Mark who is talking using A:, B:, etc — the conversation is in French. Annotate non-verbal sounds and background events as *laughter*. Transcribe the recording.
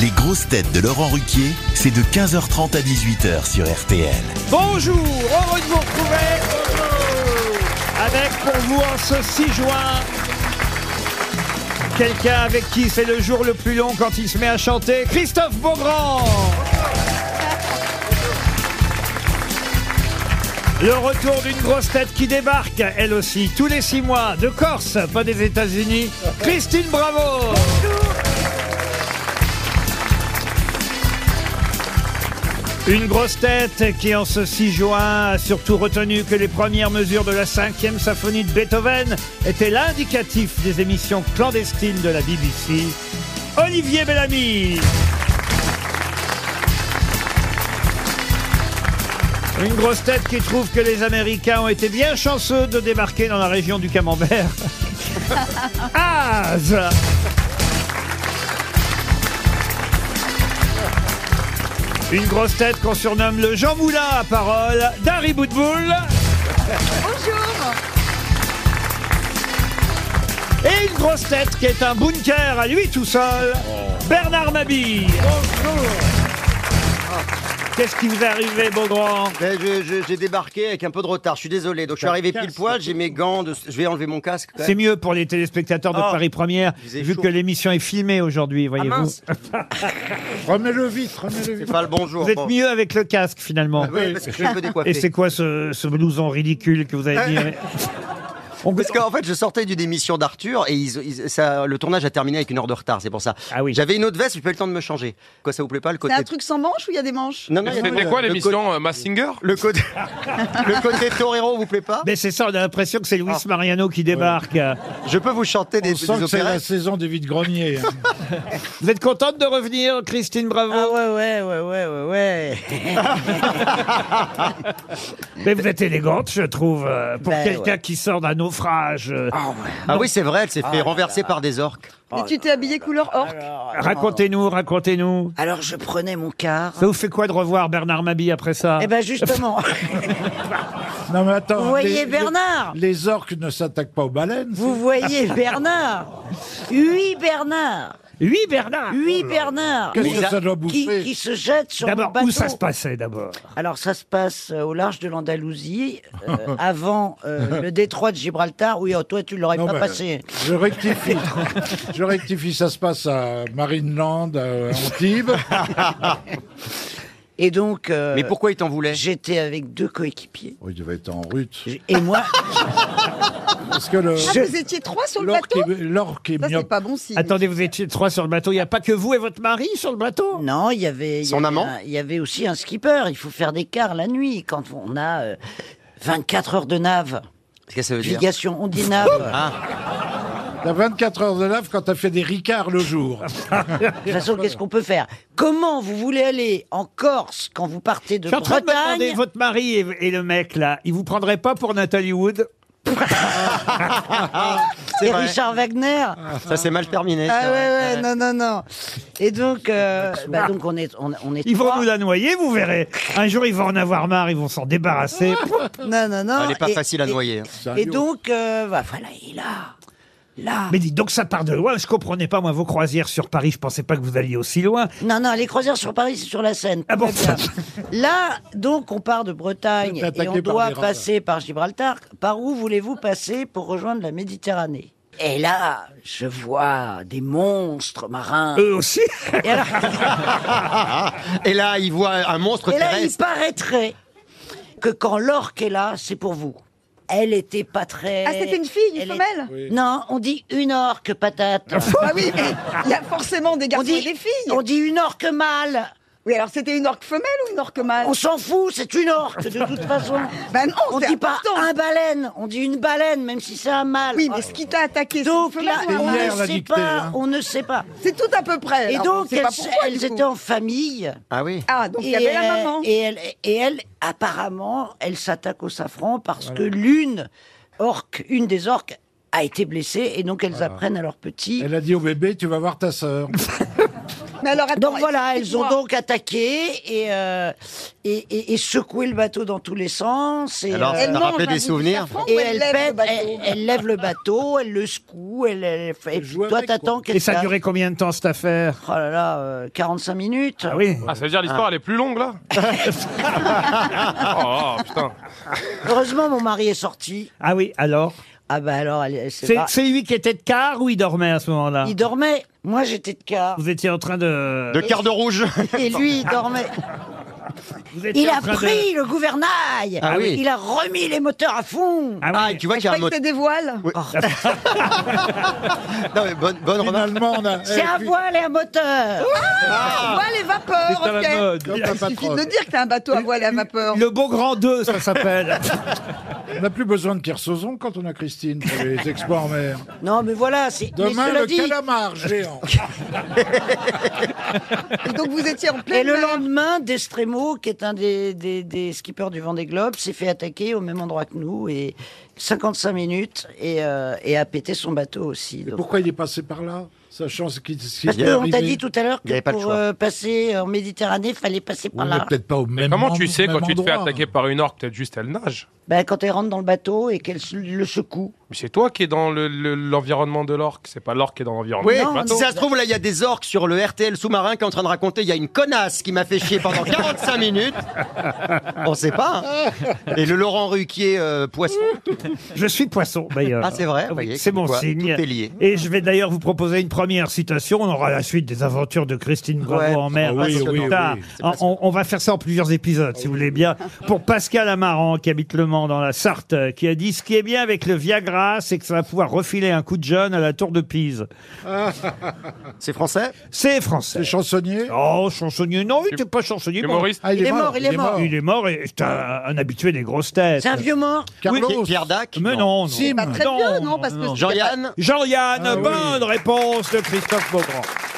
A: Les grosses têtes de Laurent Ruquier, c'est de 15h30 à 18h sur RTL.
B: Bonjour, heureux de vous retrouver avec pour vous en ce 6 juin quelqu'un avec qui c'est le jour le plus long quand il se met à chanter, Christophe Beaugrand. Le retour d'une grosse tête qui débarque, elle aussi, tous les 6 mois, de Corse, pas des États-Unis, Christine Bravo. Une grosse tête qui, en ce 6 juin, a surtout retenu que les premières mesures de la cinquième symphonie de Beethoven étaient l'indicatif des émissions clandestines de la BBC. Olivier Bellamy Une grosse tête qui trouve que les Américains ont été bien chanceux de débarquer dans la région du Camembert. *laughs* Az Une grosse tête qu'on surnomme le Jean Moulin à parole, Dari Boudboul.
C: Bonjour
B: Et une grosse tête qui est un bunker à lui tout seul, Bernard Mabille. Qu'est-ce qui vous est arrivé, Beaugrand
D: Ben, je- je- j'ai débarqué avec un peu de retard, je suis désolé. Donc je suis arrivé pile poil, j'ai mes gants, de... je vais enlever mon casque. quand
B: C'est
D: même.
B: mieux pour les téléspectateurs de
D: Ben Ah,
B: Paris Première,
D: il faisait
B: vu
D: chaud.
B: que l'émission est filmée aujourd'hui,
D: Ah
B: voyez-vous. *laughs*
D: mince,
E: Remets le vif, remets le
D: c'est
E: vif.
D: pas le bonjour.
B: vous êtes
D: Bon.
B: mieux avec le casque, finalement.
D: Ah Oui, parce que je suis un peu
B: Et
D: décoiffé.
B: c'est quoi ce, ce blouson ridicule que vous
D: Ah,
B: avez mis On-
D: Parce qu'en fait, je sortais d'une émission d'Arthur et ils- ils- ça, le tournage a terminé avec une heure de retard, c'est pour ça.
B: Ah oui.
D: J'avais une autre veste, j'ai pas eu le temps de me changer. Quoi, ça vous plaît pas le côté
C: C'est un truc sans manche ou il y a des manches
D: Non, non, il y a-
F: C'était quoi
D: le côté-
F: l'émission euh, Massinger
D: Le côté, le côté torero vous plaît pas
B: Mais c'est ça, on a l'impression que c'est Luis
C: Ah.
B: Mariano qui débarque.
D: Je peux vous chanter des,
E: On sent
D: des
E: que c'est la
D: opérettes.
E: saison des vides greniers. hein.
B: Vous êtes contente de revenir, Christine Bravo
C: Ah ouais, ouais, ouais, ouais, ouais.
B: *laughs* Mais vous êtes élégante, je trouve, euh, pour
C: Ben
B: quelqu'un
C: ouais.
B: qui sort d'un naufrage. Euh,
D: Ah oui, c'est vrai, elle s'est fait renverser par des orques.
G: Oh
C: Et tu t'es habillé couleur orque
B: Racontez-nous, racontez-nous.
G: Ah, Alors je prenais mon car.
B: Ça vous fait quoi de revoir Bernard Mabille après ça
G: Eh ben justement,
E: Non mais attends.
G: vous voyez
E: les-
G: Bernard,
E: les- Les orques ne s'attaquent pas aux baleines.
G: vous voyez Bernard, oui Bernard,
C: ben,
B: Oui, Bernard
G: oui Bernard,
E: Qu'est-ce que ça doit
G: qui,
E: bouffer
G: qui se jette sur mon
B: D'abord,
G: bateau.
B: où ça se passait d'abord
G: Alors ça se passe euh, au large de l'Andalousie, euh, avant euh, le détroit de Gibraltar. Oui, oh, toi tu l'aurais
E: Non,
G: pas
E: mais- euh,
G: passé.
E: Je rectifie. Je rectifie. Ça se passe à Marineland, à Antibes.
G: Et donc, euh,
D: Mais pourquoi ils t'en voulaient
G: J'étais avec deux coéquipiers.
E: Oh, il devait être en rute.
G: Et moi,
E: Parce que le.
C: Ah, vous étiez trois sur le
E: L'orque
C: bateau
E: est, l'orque est
C: Ça, c'est
E: myope.
C: pas bon signe.
B: Attendez, vous étiez trois sur le bateau. Il n'y a pas que vous et votre mari sur le bateau
G: non, il y avait il y
D: Son
G: avait
D: amant
G: un- Il y avait aussi un skipper. Il faut faire des quarts la nuit quand on a euh, 24 heures de nave.
D: Qu'est-ce que ça veut dire Ah.
G: Navigation, on dit
D: *laughs*
G: nave.
E: T'as 24 heures de lave quand t'as fait des ricards le jour.
G: De toute façon, qu'est-ce qu'on peut faire Comment vous voulez aller en Corse quand vous partez de
B: Je suis en train de me demander,
G: Bretagne
B: votre mari et, et le mec là, il vous prendrait pas pour Nathalie Wood
D: C'est
G: et
D: vrai.
G: Richard Wagner
B: Ah
D: Ça s'est mal terminé. c'est
G: Ah ouais,
D: vrai.
G: ouais, non, non, non. Et donc, euh, bah, donc on est, on, on est
B: Ils vont
G: trois.
B: nous la noyer, vous verrez. Un jour, ils vont en avoir marre, ils vont s'en
G: *laughs*
B: débarrasser.
G: Non, non, non.
D: Elle est pas
G: Et-
D: facile à
G: et-
D: noyer. hein.
G: Et donc, euh, bah, voilà, il a... Là.
B: Mais dites donc, ça part de loin. Je comprenais pas, moi, vos croisières sur Paris. Je pensais pas que vous alliez aussi loin.
G: Non, non, les croisières sur Paris, c'est sur la Seine.
B: Ah bon
G: Très bien. Là, donc, on part de Bretagne
E: Vous êtes
G: et on
E: attaqué par
G: doit
E: des rats.
G: passer par Gibraltar. Par où voulez-vous passer pour rejoindre la Méditerranée Et là, je vois des monstres marins.
B: *laughs* Eux aussi
G: Et,
E: *laughs*
G: alors-
D: Et là, il voit un monstre
G: et là, il
D: terrestre.
G: paraîtrait que quand l'orque est là, c'est pour vous. Elle était pas très.
C: Ah, c'était une fille, une
G: Elle est-
C: femelle
G: Non, on dit une orque, patate.
C: Ah oui, mais il y a forcément des
G: on,
C: garçons et
G: dit,
C: des filles.
G: on dit une orque mâle.
C: Oui, alors c'était une orque femelle ou une orque mâle
G: On s'en fout, c'est une orque de toute façon.
C: Bah Ah. *laughs* non,
G: on
C: c'est
G: dit pas
C: important.
G: un baleine, on dit une baleine, même si c'est un mâle. Ah,
C: Oui, mais ce qui t'a attaqué, c'est une
G: donc
C: femelle
G: là,
C: ou un
G: on
C: mâle
G: ne
E: Hier, la
G: sait
E: dictée,
G: pas,
E: hein.
G: on ne sait pas.
C: C'est tout à peu près.
G: Et
C: alors, on
G: donc
C: sait
G: elles,
C: pas pourquoi, du
G: elles
C: coup.
G: étaient en famille.
D: Ah oui.
C: Ah, donc il
G: Et
C: y avait la
G: elle-
C: maman.
G: Et elle, et elle, apparemment, elle s'attaque au safran parce que l'une orque, une des orques, a été blessée et donc elles apprennent à leur petit. *laughs*
E: Elle a dit au bébé, tu vas voir ta sœur.
C: Mais alors, attends,
G: Donc voilà, elles ont
C: explique-moi.
G: donc attaqué et, euh, et, et- et secoué le bateau dans tous les sens. Et,
D: Alors,
G: euh,
D: Ça
C: Elle
D: t'a
C: mange
D: rappelé
C: un
D: des
C: bout de
D: souvenirs
C: safran
G: et
C: ou
G: elle,
C: lève le
G: pète,
C: bateau
G: elle, elle lève le bateau, elle le secoue, elle, elle fait-
E: Elle joue
G: toi
E: avec,
G: t'attends qu'elle
B: Et ça a
G: fasse-
B: duré combien de temps cette affaire
G: Oh là là, euh, 45 minutes.
B: Ah oui.
F: Ah, ça veut dire l'histoire, elle est plus
D: *laughs*
F: longue, là oh, oh, putain.
G: Heureusement, mon mari est sorti.
B: Ah oui, alors
G: Ah bah alors, elle, elle s'est
B: C'est
G: barrée.
B: c'est lui qui était de quart ou il dormait à ce moment-là
G: il dormait. Moi, j'étais de quart.
B: Vous étiez en train de.
D: De quart de
G: *laughs*
D: rouge
G: Et lui, il dormait.
B: vous étiez
G: Il
B: en
G: a
B: train de-
G: pris le gouvernail.
D: Ah oui.
G: Il a remis les moteurs à fond. Ah, bah,
B: Ah oui.
D: Ah, tu vois qu'il y a un mot.
C: Respecte des voiles.
D: Non, mais bonne, bonne remarque.
E: Finalement, on
G: *laughs*
E: a.
G: C'est
E: Eh,
G: à
E: puis-
G: voile et à moteur.
C: Voile et vapeur,
H: C'est à la
C: ok.
H: mode.
E: Comme
B: Il
E: un
C: Il suffit
E: patron.
C: de dire que t'as un bateau à voile et à vapeur.
B: Le beau grand 2, ça
G: *laughs*
B: s'appelle.
E: On n'a plus besoin de Kersozon quand on a Christine pour les exploits en mer.
G: Non, mais voilà, c'est. mais
E: Demain,
G: cela
E: le
G: dit-
E: calamar géant.
C: Et donc vous étiez en
G: Et
C: pleine
G: le
C: mer.
G: lendemain, Destremo, qui est un des, des, des skippers du Vendée Globe, s'est fait attaquer au même endroit que nous, et 55 minutes, et, euh, et a pété son bateau aussi. donc.
E: Pourquoi il est passé par là Sachant ce qui ce qui
G: Parce
E: lui est
G: qu'on t'a
E: arrivé.
G: dit tout à l'heure
D: Il y
G: que
D: avait pas le
G: pour
D: choix.
G: euh, passer en Méditerranée, il fallait passer
E: Oui,
G: par
E: mais
G: là.
E: peut-être pas au même
F: Comment tu
E: mem-
F: sais quand
E: même
F: tu te fais
E: endroit.
F: attaquer par une orque Peut-être juste elle nage.
G: Ben, quand elle rentre dans le bateau et qu'elle se- le secoue.
F: Mais c'est toi qui es dans le- le- l'environnement de l'orque, c'est pas l'orque qui est dans l'environnement.
D: Oui,
F: du
G: Non,
F: bateau.
D: si ça se trouve, là, il y a des orques sur le RTL sous-marin qui est en train de raconter il y a une connasse qui m'a fait chier pendant 45
G: *laughs*
D: minutes. On sait pas. hein. Et le Laurent Ruquier euh, poisson.
B: Je suis poisson, d'ailleurs.
D: Ah, c'est vrai,
B: Oui,
D: voyez,
B: c'est
D: comme
B: mon
D: quoi,
B: signe.
D: tout est lié.
B: Et je vais d'ailleurs vous proposer une première citation. On aura la suite des aventures de Christine Bravo
D: Ouais.
B: en mer.
D: Ah oui,
B: un peu
D: oui,
B: plus tard.
D: oui. C'est
B: On-
D: passionnant.
B: on, on va faire ça en plusieurs épisodes, si vous voulez bien. Pour Pascal Amaran, qui habite Le Mans, dans la Sarthe, euh, qui a dit « Ce qui est bien avec le Viagra, c'est que ça va pouvoir refiler un coup de jeune à la tour de Pise.
D: C'est français »
B: C'est français.
E: C'est chansonnier
B: Oh, chansonnier. Non, il n'était pas chansonnier. mais-
F: Humoriste
E: Ah,
G: Il est mort, il est mort.
B: Il est mort et c'est un, un habitué des grosses têtes.
G: C'est un vieux mort.
E: Carlos.
D: Pierre- Pierre Dac
B: Mais non, non.
E: Sim.
C: Pas très vieux, non, parce que
D: Jean-Yann
B: Jean-Yann,
E: Ah oui.
B: bonne réponse de Christophe Beaugrand.